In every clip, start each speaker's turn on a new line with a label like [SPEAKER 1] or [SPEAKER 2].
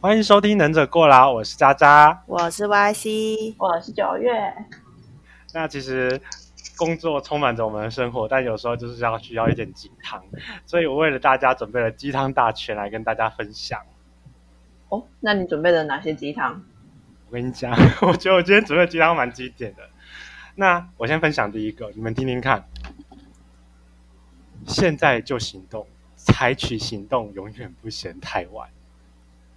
[SPEAKER 1] 欢迎收听《能者过劳》，我是渣渣。
[SPEAKER 2] 我是 YC，
[SPEAKER 3] 我是九月，
[SPEAKER 1] 那其实工作充满着我们的生活，但有时候就是要需要一点鸡汤，所以我为了大家准备了鸡汤大全来跟大家分享。
[SPEAKER 3] 哦，那你准备了哪些鸡汤？
[SPEAKER 1] 我跟你讲， 我觉得我今天准备的鸡汤蛮经典的。那我先分享第一个，你们听听看。现在就行动，采取行动，永远不嫌太晚。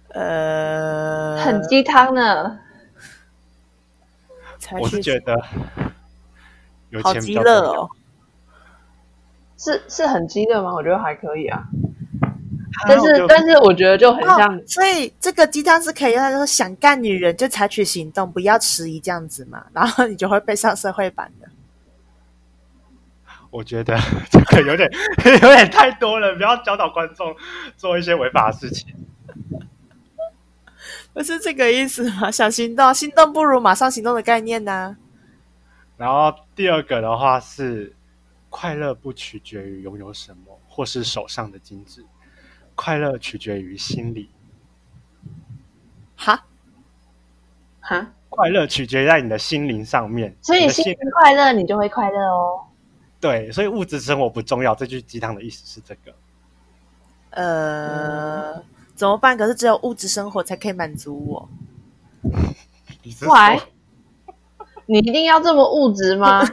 [SPEAKER 2] 呃，
[SPEAKER 3] 很鸡汤呢。
[SPEAKER 2] 才
[SPEAKER 1] 我是
[SPEAKER 2] 去
[SPEAKER 1] 觉得有
[SPEAKER 2] 好
[SPEAKER 1] 钱比
[SPEAKER 2] 激
[SPEAKER 1] 较
[SPEAKER 2] 热
[SPEAKER 1] 重要
[SPEAKER 2] 哦，
[SPEAKER 3] 是是很鸡的吗？我觉得还可以啊，
[SPEAKER 1] 啊
[SPEAKER 3] 但
[SPEAKER 1] 我
[SPEAKER 3] 是
[SPEAKER 1] 就
[SPEAKER 3] 但是我觉得就很像，
[SPEAKER 2] 哦所以这个鸡汤是可以让他说想干女人就采取行动，不要迟疑这样子嘛，然后你就会被上社会版的。
[SPEAKER 1] 我觉得 这个有点有点太多了，不要教导观众做一些违法的事情。
[SPEAKER 2] 不是这个意思吗？想行动，心动不如马上行动的概念呐、
[SPEAKER 1] 然后第二个的话是，快乐不取决于拥有什么或是手上的金子，快乐取决于心理，
[SPEAKER 2] 哈，
[SPEAKER 3] 哈，
[SPEAKER 1] 快乐取决在你的心灵上面。
[SPEAKER 3] 所
[SPEAKER 1] 你
[SPEAKER 3] 以
[SPEAKER 1] 的
[SPEAKER 3] 心情快乐，你就会快乐哦。
[SPEAKER 1] 对，所以物质生活不重要。这句鸡汤的意思是这个。
[SPEAKER 2] 呃，怎么办？可是只有物质生活才可以满足我。
[SPEAKER 1] 你是
[SPEAKER 3] 喂
[SPEAKER 1] 说
[SPEAKER 3] 哦你一定要这么物质 吗？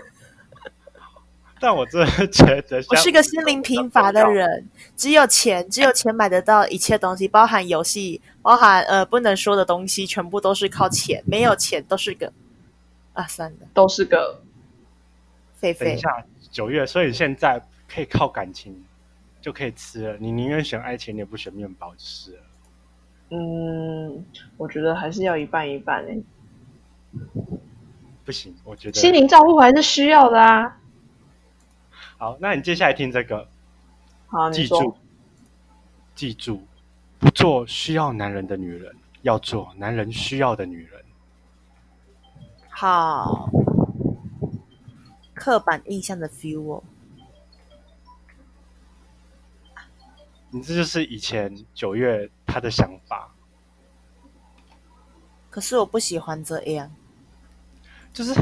[SPEAKER 1] 但我真的觉得，
[SPEAKER 2] 我是个心灵贫乏的。人，只有钱，只有钱买得到一切东西，包含游戏，包含呃不能说的东西，全部都是靠钱，没有钱都是个啊，算了，
[SPEAKER 3] 都是个
[SPEAKER 2] 狒
[SPEAKER 1] 等一
[SPEAKER 2] 狒，
[SPEAKER 1] 下，九月，所以现在可以靠感情就可以吃了。你宁愿选爱情，你也不选面包吃了。
[SPEAKER 3] 嗯，我觉得还是要一半一半欸诶、
[SPEAKER 1] 不行，我觉得
[SPEAKER 3] 心灵照顾还是需要的啊。
[SPEAKER 1] 好，那你接下来听这个，
[SPEAKER 3] 好，你
[SPEAKER 1] 记
[SPEAKER 3] 说
[SPEAKER 1] 住，记住，不做需要男人的女人，要做男人需要的女人。
[SPEAKER 2] 好，刻板印象的 feel 哦，
[SPEAKER 1] 你这就是以前九月他的想法，
[SPEAKER 2] 可是我不喜欢这样，
[SPEAKER 1] 就是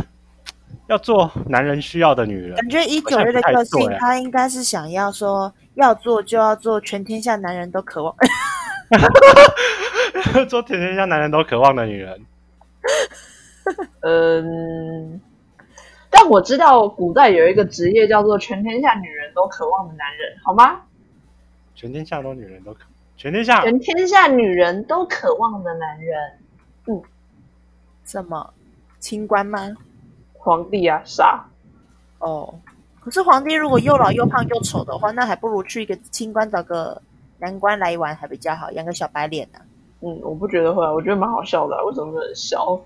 [SPEAKER 1] 要做男人需要的女人。
[SPEAKER 2] 感觉以
[SPEAKER 1] 好
[SPEAKER 2] 九
[SPEAKER 1] 像
[SPEAKER 2] 月的
[SPEAKER 1] 不太
[SPEAKER 2] 个
[SPEAKER 1] 对
[SPEAKER 2] 性，
[SPEAKER 1] 啊
[SPEAKER 2] 他应该是想要说要做就要做，全天下男人都渴望，
[SPEAKER 1] 做天天下男人都渴望的女人。
[SPEAKER 3] 嗯，但我知道古代有一个职业叫做全天下女人都渴望的男人，好吗？
[SPEAKER 1] 全天下都女人都渴，全天下
[SPEAKER 3] 全天下女人都渴望的男人，
[SPEAKER 2] 什么清官吗？
[SPEAKER 3] 皇帝啊，傻。
[SPEAKER 2] 哦，可是皇帝如果又老又胖又丑的话，那还不如去一个清官找个南官来玩还比较好，养个小白脸呢、啊
[SPEAKER 3] 嗯，我不觉得会啊，我觉得蛮好笑的啊、为什么没有人笑？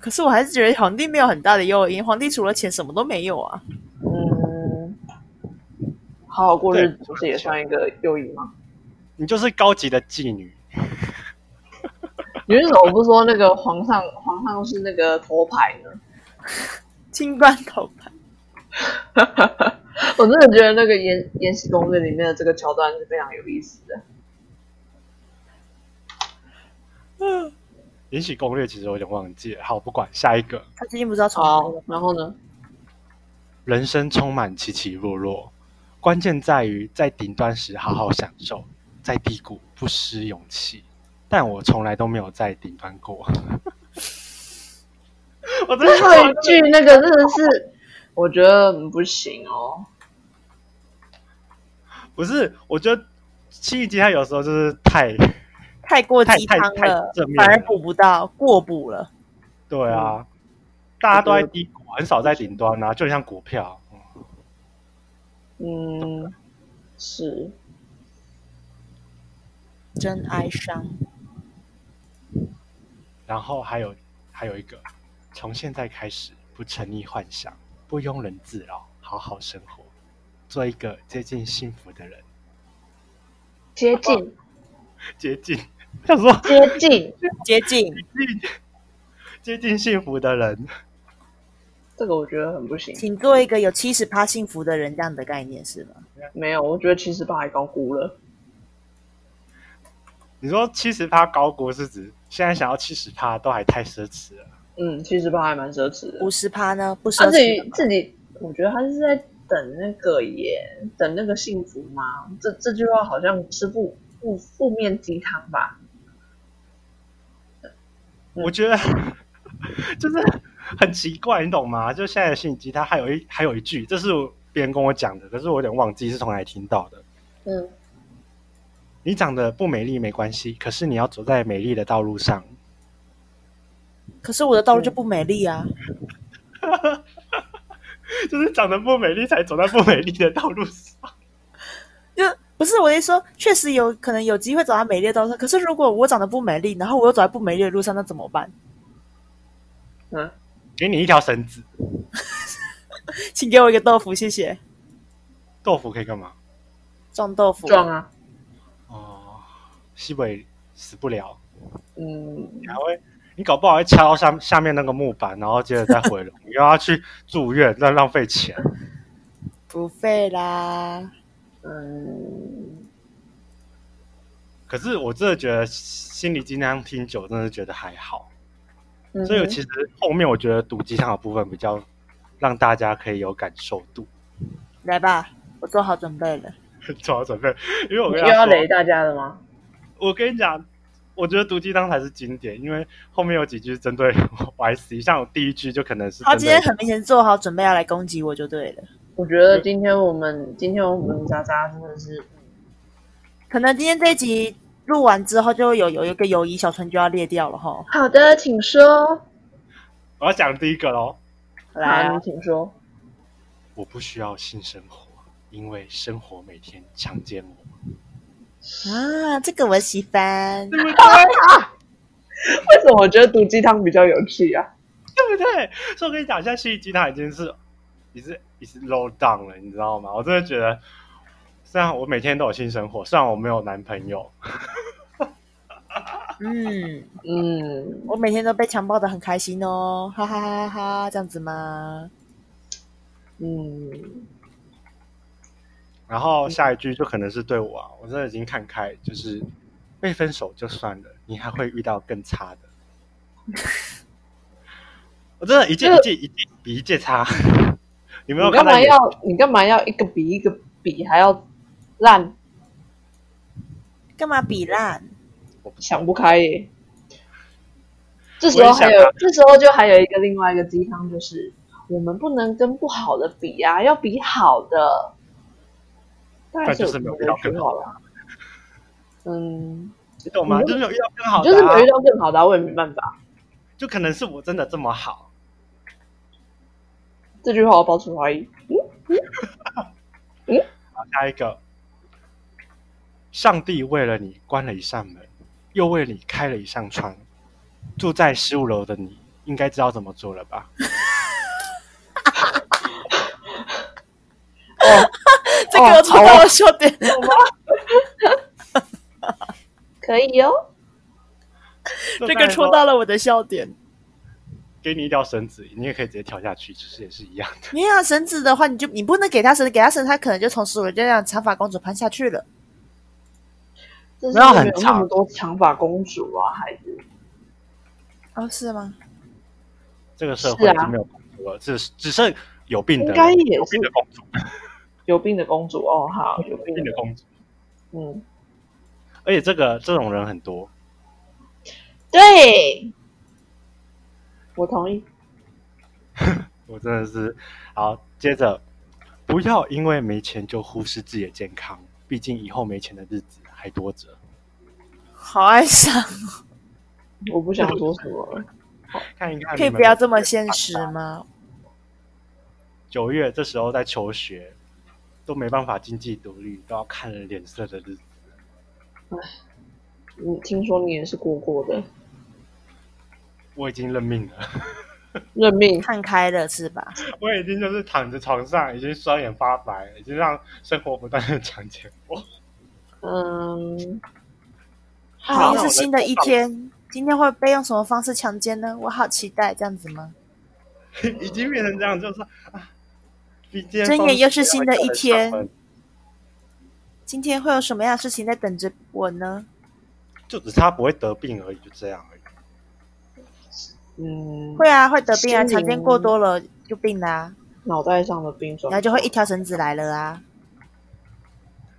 [SPEAKER 2] 可是我还是觉得皇帝没有很大的诱因，皇帝除了钱什么都没有啊。
[SPEAKER 3] 嗯，好好过日子
[SPEAKER 1] 对
[SPEAKER 3] 不是也算一个诱因吗？
[SPEAKER 1] 你就是高级的妓女。
[SPEAKER 3] 你为什么不说那个皇上，皇上是那个头牌 呢？
[SPEAKER 2] 清官头牌，
[SPEAKER 3] 我真的觉得那个《延延禧攻略》里面的这个桥段是非常有意思的。
[SPEAKER 2] 嗯，
[SPEAKER 1] 《延禧攻略》其实我有点忘记了。好，不管，下一个。
[SPEAKER 2] 他最近不知道从
[SPEAKER 3] 好，然后呢？
[SPEAKER 1] 人生充满起起落落，关键在于在顶端时好好享受，在低谷不失勇气。但我从来都没有在顶端过。 我真
[SPEAKER 3] 最后一
[SPEAKER 1] 的
[SPEAKER 3] 句那个真的是，我觉得嗯不行哦。
[SPEAKER 1] 不是，我觉得心理鸡汤有时候就是太
[SPEAKER 2] 太过
[SPEAKER 1] 太
[SPEAKER 2] 鸡汤
[SPEAKER 1] 太太
[SPEAKER 2] 了
[SPEAKER 1] 正，面
[SPEAKER 2] 反而
[SPEAKER 1] 了
[SPEAKER 2] 补不到，过补了。
[SPEAKER 1] 对啊，大家都在低谷，很少在顶端啊，就像股票。嗯
[SPEAKER 3] 嗯，是
[SPEAKER 2] 真哀伤，
[SPEAKER 1] 然后还有还有一个，从现在开始不沉溺幻想，不庸人自扰，好好生活，做一个接近幸福的人。
[SPEAKER 3] 接近
[SPEAKER 1] 接 近，他说
[SPEAKER 3] 接近，
[SPEAKER 2] 接近
[SPEAKER 1] 接近幸福的人，
[SPEAKER 3] 这个我觉得很不行。
[SPEAKER 2] 请做一个有七十趴幸福的人，这样的概念是吗？
[SPEAKER 3] 没有，我觉得七十八还高估了。
[SPEAKER 1] 你说七十趴高估是指现在想要七十趴都还太奢侈了。
[SPEAKER 3] 嗯，其实吧还蛮奢侈的。
[SPEAKER 2] 五十趴呢？不
[SPEAKER 3] 他
[SPEAKER 2] 奢
[SPEAKER 3] 自
[SPEAKER 2] 侈
[SPEAKER 3] 己
[SPEAKER 2] 吗，
[SPEAKER 3] 自己，我觉得他是在等那个耶，等那个幸福吗？这这句话好像是负负负面鸡汤吧？嗯
[SPEAKER 1] 我觉得就是很奇怪，你懂吗？就现在的心理鸡，它还有一还有一句，这是我别人跟我讲的，可是我有点忘记是从哪里听到的。
[SPEAKER 3] 嗯，
[SPEAKER 1] 你长得不美丽没关系，可是你要走在美丽的道路上。
[SPEAKER 2] 可是我的道路就不美丽啊。
[SPEAKER 1] 就是长得不美丽才走在不美丽的道路上。
[SPEAKER 2] 就不是我一说，确实有可能有机会走到美丽的道路上。可是如果我长得不美丽，然后我又走在不美丽的路上，那怎么办？
[SPEAKER 3] 嗯，
[SPEAKER 1] 给你一条绳子，
[SPEAKER 2] 请给我一个豆腐，谢谢。
[SPEAKER 1] 豆腐可以干嘛？
[SPEAKER 2] 撞豆腐，
[SPEAKER 3] 撞啊，
[SPEAKER 1] 哦，西北死不了，
[SPEAKER 3] 嗯
[SPEAKER 1] 你还会，你搞不好会敲到下下面那个木板，然后接着再回笼， 你又要去住院，那浪费钱。
[SPEAKER 2] 不费啦。
[SPEAKER 3] 嗯，
[SPEAKER 1] 可是我真的觉得心理鸡汤听久，真的觉得还好。
[SPEAKER 3] 嗯
[SPEAKER 1] 所以其实后面我觉得赌鸡汤的部分比较让大家可以有感受度，
[SPEAKER 2] 来吧，我做好准备了。
[SPEAKER 1] 做好准备，因为我
[SPEAKER 3] 哼
[SPEAKER 1] 跟
[SPEAKER 3] 又
[SPEAKER 1] 他
[SPEAKER 3] 要
[SPEAKER 1] 说。
[SPEAKER 3] 雷大家的吗？
[SPEAKER 1] 我跟你讲，我觉得毒鸡汤才是经典，因为后面有几句针对 YC，像我第一句就可能是
[SPEAKER 2] 他
[SPEAKER 1] 针
[SPEAKER 2] 今天
[SPEAKER 1] 对
[SPEAKER 2] 很明显做好准备要来攻击我就对了。
[SPEAKER 3] 我觉得今天我们今天我们渣渣真的是，
[SPEAKER 2] 可能今天这一集录完之后，就有有一个友谊小船就要裂掉了哈。
[SPEAKER 3] 好的，请说，
[SPEAKER 1] 我要讲第一个喽，
[SPEAKER 2] 来
[SPEAKER 3] 好
[SPEAKER 2] 啊
[SPEAKER 3] 你，请说，
[SPEAKER 1] 我不需要性生活，因为生活每天强奸我。
[SPEAKER 2] 啊，这个我喜欢，
[SPEAKER 1] 对不对？
[SPEAKER 3] 为什么我觉得毒鸡汤比较有趣啊？
[SPEAKER 1] 对不 对？所以我跟你讲，现在心理鸡汤已经是已是已是 low down 了，你知道吗？我真的觉得，虽然我每天都有性生活，虽然我没有男朋友，
[SPEAKER 2] 嗯，
[SPEAKER 3] 嗯，
[SPEAKER 2] 我每天都被强暴的很开心哦，哈哈哈哈哈，这样子吗？
[SPEAKER 3] 嗯，
[SPEAKER 1] 然后下一句就可能是对我啊，我真的已经看开，就是被分手就算了，你还会遇到更差的。我真的一届一届一届比一届差， 你没有
[SPEAKER 3] 你
[SPEAKER 1] 看
[SPEAKER 3] 干
[SPEAKER 1] 到
[SPEAKER 3] 嘛
[SPEAKER 1] 眼
[SPEAKER 3] 要你干嘛要一个比一个比还要烂？
[SPEAKER 2] 干嘛比烂？
[SPEAKER 3] 想不开耶。这时候还
[SPEAKER 1] 我也想啊
[SPEAKER 3] 有，这时候就还有一个另外一个鸡汤，就是我们不能跟不好的比啊，要比好的。当然有这么一句话啦。啊嗯，
[SPEAKER 1] 你懂吗？
[SPEAKER 3] 你
[SPEAKER 1] 就
[SPEAKER 3] 就是
[SPEAKER 1] 没有遇到更好的、啊，
[SPEAKER 3] 就是没遇到更好的啊、我也没办法。
[SPEAKER 1] 就可能是我真的这么好，
[SPEAKER 3] 这句话我保持怀疑。
[SPEAKER 1] 下一个，上帝为了你关了一扇门，又为你开了一扇窗。住在十五楼的你，应该知道怎么做了 吧？
[SPEAKER 2] 这个我戳到我笑点，
[SPEAKER 3] 可以哦，
[SPEAKER 2] 这个戳到了我的笑点。
[SPEAKER 1] 给你一条绳子，你也可以直接跳下去，其实也是一样的。
[SPEAKER 2] 没有啊绳子的话，你就你不能给他绳子，给他绳子，他可能就从十五楼就让长发公主攀下去了。
[SPEAKER 3] 这是
[SPEAKER 1] 没有啊很
[SPEAKER 3] 没有那
[SPEAKER 1] 长
[SPEAKER 3] 么多长发公主啊，孩子。
[SPEAKER 2] 哦，是吗？
[SPEAKER 1] 这个社会
[SPEAKER 3] 是啊
[SPEAKER 1] 已经没有公主了，只只剩有病的
[SPEAKER 3] 应该也
[SPEAKER 1] 有
[SPEAKER 3] 是
[SPEAKER 1] 病的公主，
[SPEAKER 3] 有病的公主哦，好，有
[SPEAKER 1] 有
[SPEAKER 3] 病
[SPEAKER 1] 病
[SPEAKER 3] 的
[SPEAKER 1] 的，公主。
[SPEAKER 3] 嗯，
[SPEAKER 1] 而且这个这种人很多，
[SPEAKER 3] 对，我同意。
[SPEAKER 1] 我真的是。好，接着，不要因为没钱就忽视自己的健康，毕竟以后没钱的日子还多着。
[SPEAKER 2] 好哀 伤，
[SPEAKER 3] 我不想说什么了。
[SPEAKER 1] 看一看，
[SPEAKER 2] 可以不要这么现实吗？
[SPEAKER 1] 九月这时候在求学，都没办法经济独立，都要看人脸色的日子。
[SPEAKER 3] 嗯，听说你也是过过的，
[SPEAKER 1] 我已经认命了，
[SPEAKER 3] 认命。
[SPEAKER 2] 看开了是吧？
[SPEAKER 1] 我已经就是躺着床上，已经双眼发白，已经让生活不断的强奸我。
[SPEAKER 3] 嗯，
[SPEAKER 2] 啊
[SPEAKER 3] 好
[SPEAKER 2] 又，是新的一天，今天会被用什么方式强奸呢？我好期待，这样子吗？
[SPEAKER 1] 已经变成这样，就是啊，比今天
[SPEAKER 2] 睁眼
[SPEAKER 1] 放
[SPEAKER 2] 又是新的一天
[SPEAKER 1] 还要更上班
[SPEAKER 2] 今天会有什么样的事情在等着我呢？
[SPEAKER 1] 就只差不会得病而已，就这样而已。
[SPEAKER 3] 嗯，
[SPEAKER 2] 会啊，会得病啊，
[SPEAKER 3] 心
[SPEAKER 2] 强
[SPEAKER 3] 灵
[SPEAKER 2] 奸过多了就病啦、
[SPEAKER 3] 脑袋上的病状，
[SPEAKER 2] 然后就会一条绳子来了啊。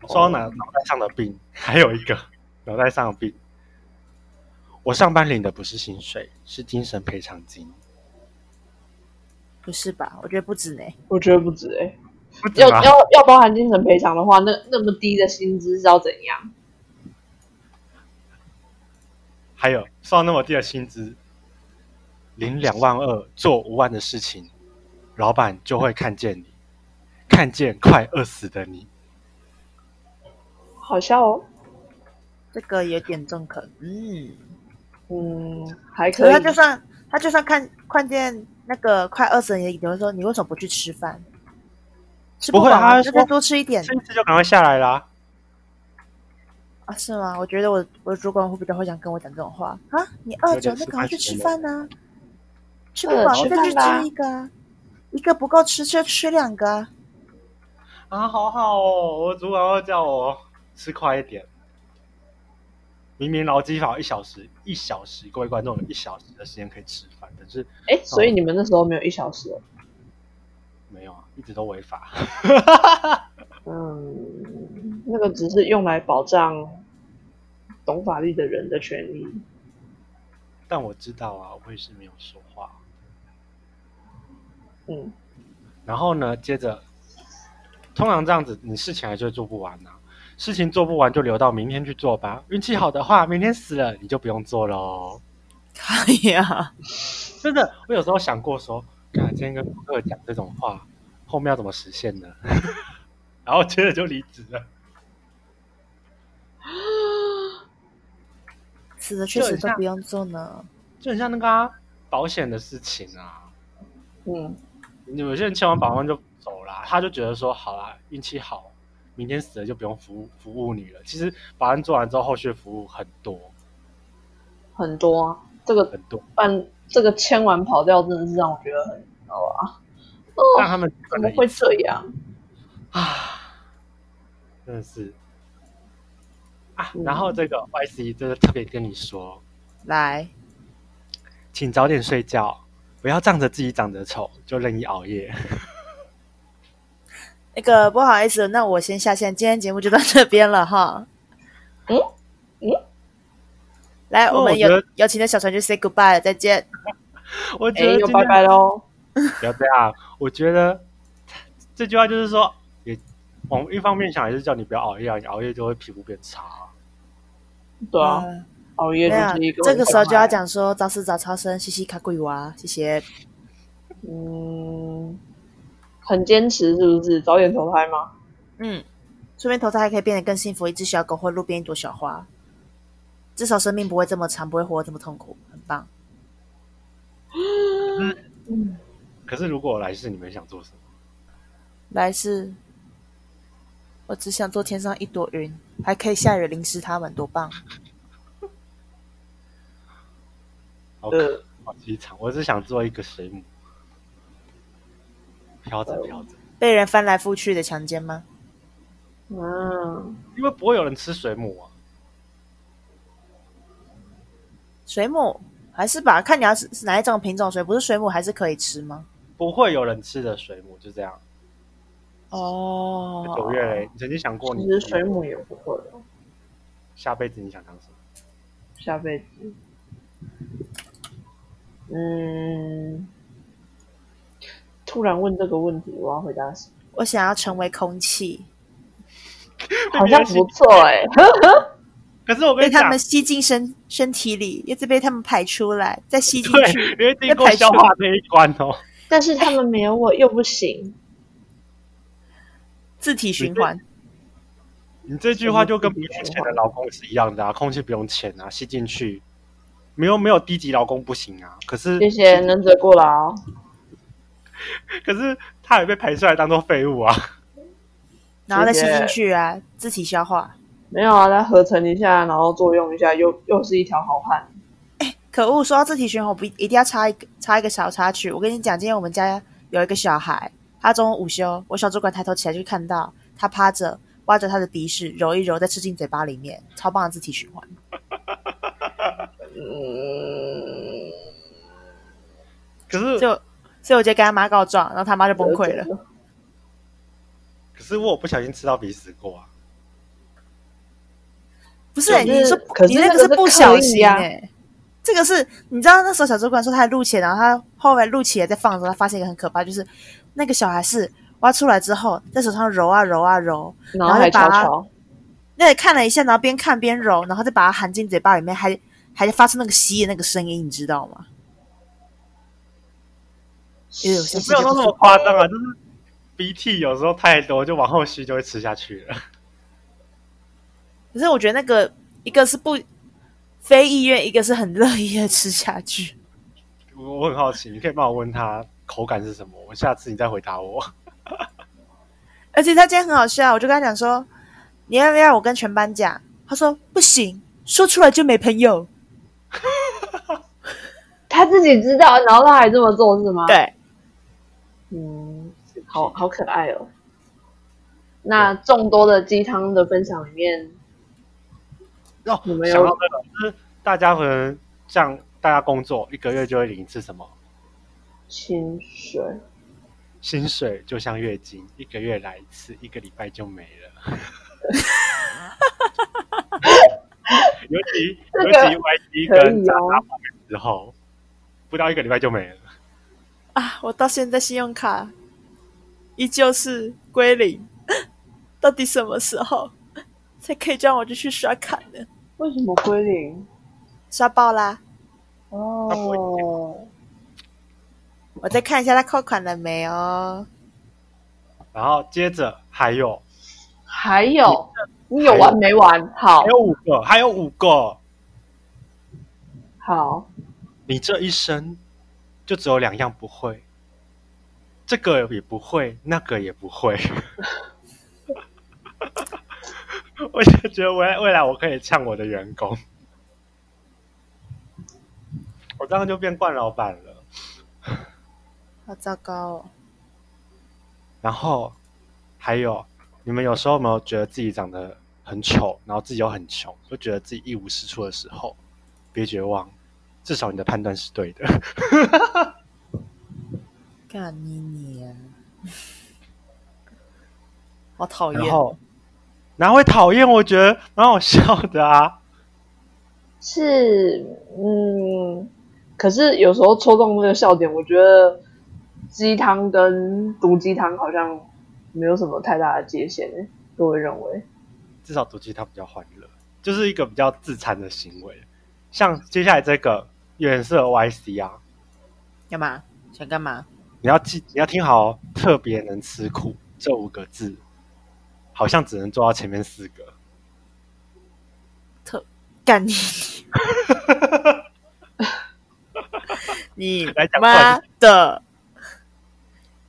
[SPEAKER 1] 说到
[SPEAKER 2] 哦
[SPEAKER 1] 脑脑袋上的病， 还有一个脑袋上的病。我上班领的不是薪水，是精神赔偿金。
[SPEAKER 2] 不是吧？我觉得不止呢、
[SPEAKER 3] 我觉得不止哎、
[SPEAKER 1] 不止
[SPEAKER 3] 要
[SPEAKER 1] 吧
[SPEAKER 3] 要要包含精神赔偿的话，那那么低的薪资是要怎样？
[SPEAKER 1] 还有收到那么低的薪资，领两万二做五万的事情，老板就会看见你， 看见快饿死的你。
[SPEAKER 3] 好笑哦。
[SPEAKER 2] 这个有点中肯。嗯，
[SPEAKER 3] 嗯，还
[SPEAKER 2] 可是
[SPEAKER 3] 可以。
[SPEAKER 2] 他就算他就算看看见那个快饿死的人，也会说你为什么不去吃饭？吃
[SPEAKER 1] 不会
[SPEAKER 2] 饱
[SPEAKER 1] 啊
[SPEAKER 2] 吗
[SPEAKER 1] 他
[SPEAKER 2] 那
[SPEAKER 1] 说
[SPEAKER 2] 再多吃一点
[SPEAKER 1] 这一次就赶快下来啦。
[SPEAKER 2] 啊？是吗？我觉得我我的主管会比较会想跟我讲这种话啊。你饿着，
[SPEAKER 1] 有点
[SPEAKER 2] 那赶快去吃
[SPEAKER 1] 吃饭
[SPEAKER 2] 饭呐、吃不
[SPEAKER 3] 饿
[SPEAKER 2] 饱
[SPEAKER 3] 吃
[SPEAKER 2] 再去
[SPEAKER 3] 饭吧
[SPEAKER 2] 吃一个啊，一个不够吃就吃两个啊。
[SPEAKER 1] 啊，好好哦，我主管要叫我吃快一点。明明劳基法一小时，一小时，各位观众有一小时的时间可以吃饭，可是
[SPEAKER 3] 哎，所以你们那时候没有一小时哦。
[SPEAKER 1] 没有啊，一直都违法。
[SPEAKER 3] 嗯，那个只是用来保障懂法律的人的权利。
[SPEAKER 1] 但我知道啊，我也是没有说话。
[SPEAKER 3] 嗯，
[SPEAKER 1] 然后呢，接着，通常这样子，你事情还是会做不完呐、啊事情做不完就留到明天去做吧。运气好的话，明天死了你就不用做喽。
[SPEAKER 2] 哎呀，
[SPEAKER 1] 真的，我有时候想过说，看今天跟顾客讲这种话，后面要怎么实现呢？ 然后接着就离职了。
[SPEAKER 2] 死了确
[SPEAKER 1] 就
[SPEAKER 2] 实
[SPEAKER 1] 很
[SPEAKER 2] 都
[SPEAKER 1] 像
[SPEAKER 2] 不用做呢。
[SPEAKER 1] 就很像那个、啊、保险的事情啊，
[SPEAKER 3] 嗯，
[SPEAKER 1] 有些人签完保单就走啦，他就觉得说好啦，运气好，明天死了就不用服务服务你了。其实保单做完之后，后续服务很多
[SPEAKER 3] 很多啊。这个
[SPEAKER 1] 很多，
[SPEAKER 3] 办这个签完跑掉，真的是让我觉得很哇，
[SPEAKER 1] 但
[SPEAKER 3] 哦，
[SPEAKER 1] 他们
[SPEAKER 3] 怎么会这样？
[SPEAKER 1] 啊？真的是啊
[SPEAKER 3] 嗯。
[SPEAKER 1] 然后这个 YC 真的特别跟你说，
[SPEAKER 2] 来，
[SPEAKER 1] 请早点睡觉，不要仗着自己长得丑就任意熬夜。
[SPEAKER 2] 那个不好意思，那我先下线，今天节目就到这边了哈。
[SPEAKER 3] 嗯嗯，
[SPEAKER 2] 来，
[SPEAKER 1] 那
[SPEAKER 2] 我们
[SPEAKER 1] 我觉
[SPEAKER 2] 有
[SPEAKER 1] 得
[SPEAKER 2] 有请的小船去 say goodbye 了，再见。
[SPEAKER 1] 我
[SPEAKER 3] 哎
[SPEAKER 1] 觉得，
[SPEAKER 3] 又
[SPEAKER 1] 今
[SPEAKER 3] 拜
[SPEAKER 1] 天
[SPEAKER 3] 拜喽。
[SPEAKER 1] 不要这样。我觉得这句话就是说，也往一方面想，也是叫你不要熬夜啊，你熬夜就会皮肤变差啊。
[SPEAKER 3] 对啊，
[SPEAKER 2] 嗯
[SPEAKER 3] 熬夜
[SPEAKER 2] 没
[SPEAKER 3] 就是一
[SPEAKER 2] 有，
[SPEAKER 3] 个
[SPEAKER 2] 这个时候就要
[SPEAKER 3] 问题。
[SPEAKER 2] 讲说早死早超生，嘻嘻卡鬼娃，谢谢。
[SPEAKER 3] 嗯，很坚持是不是？早点投胎吗？
[SPEAKER 2] 嗯，顺便投胎还可以变得更幸福，一只小狗或路边一朵小花，至少生命不会这么长，不会活得这么痛苦，很棒。
[SPEAKER 3] 嗯，
[SPEAKER 1] 可是如果我来世，你们想做什么？
[SPEAKER 2] 来世，我只想做天上一朵云，还可以下雨淋湿它们，多棒！
[SPEAKER 1] 好可
[SPEAKER 3] 呃，
[SPEAKER 1] 好凄惨！我只想做一个水母，飘着
[SPEAKER 3] 呃
[SPEAKER 1] 飘着，
[SPEAKER 2] 被人翻来覆去的强奸吗？
[SPEAKER 3] 嗯，
[SPEAKER 1] 因为不会有人吃水母啊。
[SPEAKER 2] 水母还是吧，看你要是是哪一种品种水，不是水母还是可以吃吗？
[SPEAKER 1] 不会有人吃的水母，就这样。
[SPEAKER 2] 哦
[SPEAKER 1] 九月嘞，你曾经想过你
[SPEAKER 3] 其实水母也不会哦，
[SPEAKER 1] 下辈子你想当什么？
[SPEAKER 3] 下辈子。嗯，突然问这个问题，我要回答什么？
[SPEAKER 2] 我想要成为空气，
[SPEAKER 3] 好像不错 哎、
[SPEAKER 1] 可是我跟
[SPEAKER 2] 被
[SPEAKER 1] 你
[SPEAKER 2] 他
[SPEAKER 1] 讲
[SPEAKER 2] 们，吸进身身体里，一直被他们排出来，再吸进去。
[SPEAKER 1] 对，你会经过消化那一关哦。
[SPEAKER 3] 但是他们没有我又不行。
[SPEAKER 2] 自体循环。
[SPEAKER 1] 你这句话就跟不用钱的劳工是一样的啊，空气不用钱啊，吸进去，没有没有低级劳工不行啊。可是
[SPEAKER 3] 谢谢能者过劳。
[SPEAKER 1] 可是他也被排出来当做废物啊。
[SPEAKER 2] 然后再吸进去啊，自体消化。
[SPEAKER 3] 没有啊，它合成一下，然后作用一下，又又是一条好汉。
[SPEAKER 2] 可恶！说到自体循环，我不一定要插一个插一个小插曲。我跟你讲，今天我们家有一个小孩，他中午午休，我小主管抬头起来就看到他趴着挖着他的鼻屎，揉一揉，再吃进嘴巴里面，超棒的自体循环。
[SPEAKER 3] 嗯，
[SPEAKER 1] 可是
[SPEAKER 2] 就所以我就跟他妈告状，然后他妈就崩溃了。
[SPEAKER 3] 了。
[SPEAKER 1] 可是我有不小心吃到鼻屎过啊，
[SPEAKER 2] 不是、欸，
[SPEAKER 3] 可是
[SPEAKER 2] 你说
[SPEAKER 3] 可是
[SPEAKER 2] 你那个
[SPEAKER 3] 那个
[SPEAKER 2] 是不小心
[SPEAKER 3] 是刻
[SPEAKER 2] 哎、这个是你知道那时候小主管说他还录起来，然后他后来录起来在放的时候，他发现一个很可怕，就是那个小孩是挖出来之后在手上揉啊揉啊揉，
[SPEAKER 3] 然后还
[SPEAKER 2] 然后
[SPEAKER 3] 吵
[SPEAKER 2] 就把
[SPEAKER 3] 吵，
[SPEAKER 2] 那看了一下，然后边看边揉，然后再把它含进嘴巴里面，还还发出那个吸的那个声音，你知道吗？因为有些
[SPEAKER 1] 没有说那么夸张啊，就是鼻涕有时候太多就往后吸就会吃下去了。
[SPEAKER 2] 可是我觉得那个一个是不非意愿，一个是很乐意的吃下去。
[SPEAKER 1] 我我很好奇，你可以帮我问他口感是什么？我下次你再回答 我。
[SPEAKER 2] 而且他今天很好笑，我就跟他讲说，你要不要让我跟全班讲？他说不行，说出来就没朋友。
[SPEAKER 3] 他自己知道，然后他还这么做是吗？，
[SPEAKER 2] 对，
[SPEAKER 3] 嗯，好好可爱哦。那众多的鸡汤的分享里面，
[SPEAKER 1] 哦，
[SPEAKER 3] 你们有
[SPEAKER 1] 想到这个，就是大家可能像大家工作一个月就会领一次什么
[SPEAKER 3] 薪水
[SPEAKER 1] 薪水，就像月经，一个月来一次，一个礼拜就没了。 尤其
[SPEAKER 3] 这
[SPEAKER 1] 尤
[SPEAKER 3] 个
[SPEAKER 1] 其 YT
[SPEAKER 3] 可
[SPEAKER 1] 跟
[SPEAKER 3] 以
[SPEAKER 1] 渣
[SPEAKER 3] 哦
[SPEAKER 1] 渣，爆满之后，不到一个礼拜就没了。
[SPEAKER 2] 啊，我到现在信用卡依旧是归零， 到底什么时候才可以让我继续刷卡呢？
[SPEAKER 3] 为什么归零？
[SPEAKER 2] 刷爆啦！
[SPEAKER 1] 他不会
[SPEAKER 3] 哦，
[SPEAKER 2] 我再看一下他扣款了没哦有。
[SPEAKER 1] 然后接着还有
[SPEAKER 3] 还有你有完没完？好
[SPEAKER 1] 还有五个，还有五个，
[SPEAKER 3] 好，
[SPEAKER 1] 你这一生就只有两样不会，这个也不会，那个也不会。 我就觉得未来未来我可以呛我的员工，我这样就变惯老板了。
[SPEAKER 2] 好糟糕哦！
[SPEAKER 1] 然后还有，你们有时候有没有觉得自己长得很丑，然后自己又很穷，就觉得自己一无是处的时候，别绝望，至少你的判断是对的。
[SPEAKER 2] 干你你 啊！好讨
[SPEAKER 1] 然
[SPEAKER 2] 厌！
[SPEAKER 1] 后哪会讨厌？我觉得蛮好笑的啊。
[SPEAKER 3] 是嗯，可是有时候戳中那个笑点，我觉得鸡汤跟毒鸡汤好像没有什么太大的界限诶，我会认为。
[SPEAKER 1] 至少毒鸡汤比较欢乐，就是一个比较自残的行为。像接下来这个远色 YC 啊，
[SPEAKER 2] 干嘛？想干嘛？
[SPEAKER 1] 你要记，你要听好哦，特别能吃苦这五个字，好像只能做到前面四个。
[SPEAKER 2] 干你！你
[SPEAKER 1] 来讲话
[SPEAKER 2] 妈的！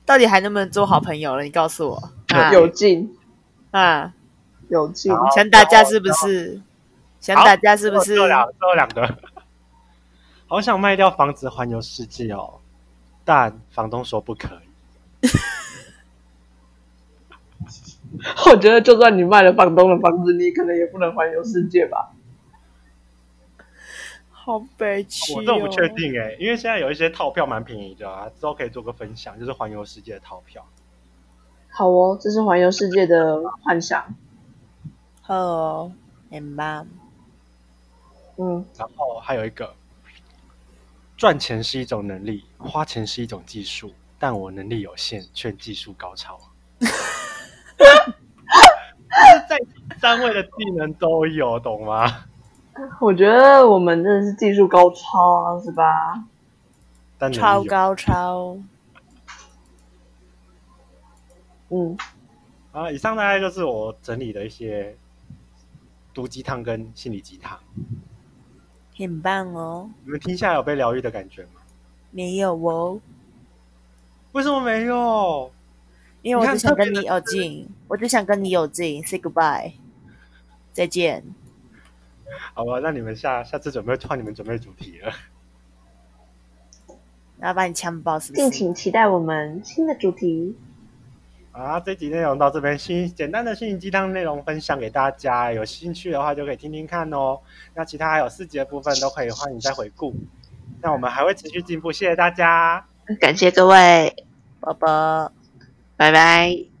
[SPEAKER 2] 到底还能不能做好朋友了？你告诉我啊
[SPEAKER 3] 有劲，
[SPEAKER 2] 啊！
[SPEAKER 3] 有劲，
[SPEAKER 1] 好
[SPEAKER 2] 想打架是不是？想打架是不是
[SPEAKER 1] 最？后哦两，最后两个。 好想卖掉房子环游世界哦，但房东说不可以。
[SPEAKER 3] 我觉得就算你卖了房东的房子，你可能也不能环游世界吧？
[SPEAKER 2] 好悲戚、哦！
[SPEAKER 1] 我这我不确。定哎、因为现在有一些套票蛮便宜的啊，之后可以做个分享，就是环游世界的套票。
[SPEAKER 3] 好哦，这是环游世界的幻想。
[SPEAKER 2] Hello, and mom。
[SPEAKER 3] 嗯，
[SPEAKER 1] 然后还有一个，赚钱是一种能力，花钱是一种技术，但我能力有限，却技术高超。就是在三位的技能都有，懂吗？
[SPEAKER 3] 我觉得我们真的是技术高超啊，是吧？
[SPEAKER 1] 但能
[SPEAKER 2] 超
[SPEAKER 1] 力有
[SPEAKER 2] 高超，
[SPEAKER 3] 嗯，
[SPEAKER 1] 啊！以上大概就是我整理的一些毒鸡汤跟心理鸡汤，
[SPEAKER 2] 很棒哦！
[SPEAKER 1] 你们听下来有被疗愈的感觉吗？
[SPEAKER 2] 没有哦，
[SPEAKER 1] 为什么没有？
[SPEAKER 2] 因为我
[SPEAKER 1] 你看
[SPEAKER 2] 只想跟
[SPEAKER 1] 特
[SPEAKER 2] 你
[SPEAKER 1] 别
[SPEAKER 2] 有劲，我只想跟你有劲，say goodbye，再见。
[SPEAKER 1] 好吧，那你们下下次准备换你们准备主题了。
[SPEAKER 2] 然后把你枪爆，是不
[SPEAKER 3] 敬
[SPEAKER 2] 是？
[SPEAKER 3] 请期待我们新的主题。
[SPEAKER 1] 啊，这集内容到这边，心简单的心灵鸡汤内容分享给大家，有兴趣的话就可以听听看哦。那其他还有四集的部分都可以欢迎再回顾。那我们还会持续进步，谢谢大家。
[SPEAKER 4] 感谢各位，
[SPEAKER 2] 拜拜。
[SPEAKER 4] 拜拜。